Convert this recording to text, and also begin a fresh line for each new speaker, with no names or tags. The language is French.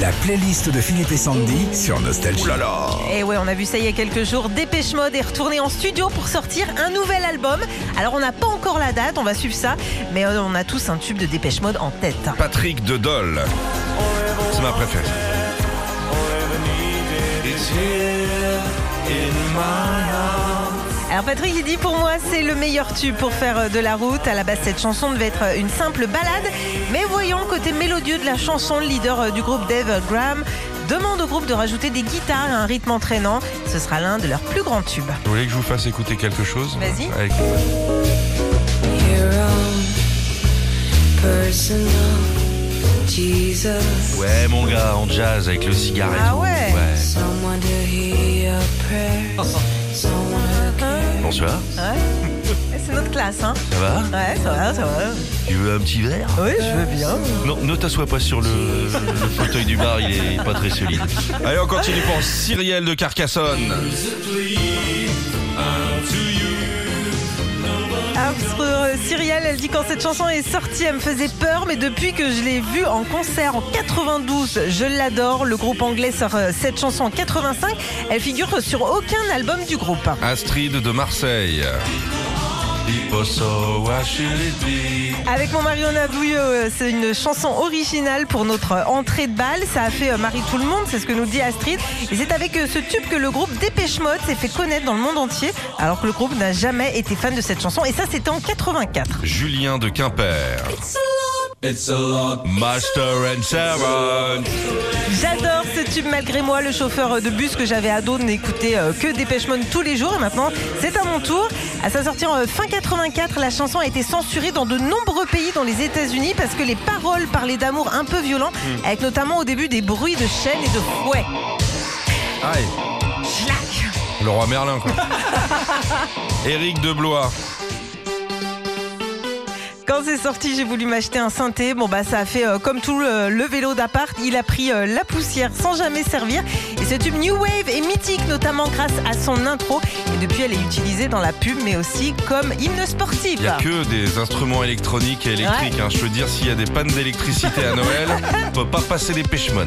La playlist de Philippe et Sandy sur Nostalgie.
Ouh là là
Et Eh ouais, on a vu ça il y a quelques jours. Dépêche Mode est retourné en studio pour sortir un nouvel album. Alors, on n'a pas encore la date, on va suivre ça, mais euh, on a tous un tube de Dépêche Mode en tête.
Patrick de Dole. C'est ma préférée.
Alors, Patrick, il dit pour moi, c'est le meilleur tube pour faire euh, de la route. À la base, cette chanson devait être euh, une simple balade, mais voyons le côté mélodieux de la chanson. Le leader euh, du groupe Dave Graham demande au groupe de rajouter des guitares à un rythme entraînant. Ce sera l'un de leurs plus grands tubes.
Vous voulez que je vous fasse écouter quelque chose
Vas-y.
Avec-
Your own personal Jesus.
Ouais, mon gars, en jazz avec le cigare et
Ah
tout.
ouais.
Someone to hear your prayers. Someone who cares.
Bonsoir,
Ouais. C'est notre classe, hein
ça va
Ouais, ça va, ça va.
Tu veux un petit verre
Oui, je veux bien.
Non, ne t'assois pas sur le, le fauteuil du bar, il est pas très solide. Allez, on continue pour Cyrielle de Carcassonne.
Ah, parce que, euh, Cyrielle, elle dit quand cette chanson est sortie, elle me faisait peur, mais depuis que je l'ai vue en concert en 92, je l'adore. Le groupe anglais sort euh, cette chanson en 85. Elle figure sur aucun album du groupe.
Astrid de Marseille.
Avec mon mari, on a voulu, euh, c'est une chanson originale pour notre euh, entrée de balle. Ça a fait euh, Marie tout le monde, c'est ce que nous dit Astrid. Et c'est avec euh, ce tube que le groupe Dépêche Mode s'est fait connaître dans le monde entier, alors que le groupe n'a jamais été fan de cette chanson. Et ça, c'était en 84.
Julien de Quimper. Master and Sharon.
J'adore ce tube malgré moi. Le chauffeur de bus que j'avais ado n'écoutait euh, que Dépêche Mode tous les jours. Et maintenant, c'est à mon tour. À sa sortie en euh, fin 84, la chanson a été censurée dans de nombreux pays, dans les États-Unis, parce que les paroles parlaient d'amour un peu violent, avec notamment au début des bruits de chaînes et de fouets.
Aïe. Le roi Merlin, quoi. Éric de Blois.
Quand c'est sorti, j'ai voulu m'acheter un synthé. Bon bah ça a fait euh, comme tout le, le vélo d'appart, il a pris euh, la poussière sans jamais servir. Et ce tube New Wave est mythique, notamment grâce à son intro. Et depuis, elle est utilisée dans la pub, mais aussi comme hymne sportif.
Il n'y a que des instruments électroniques et électriques. hein. Je peux dire, s'il y a des pannes d'électricité à Noël, on peut pas passer des hein. pêchemons.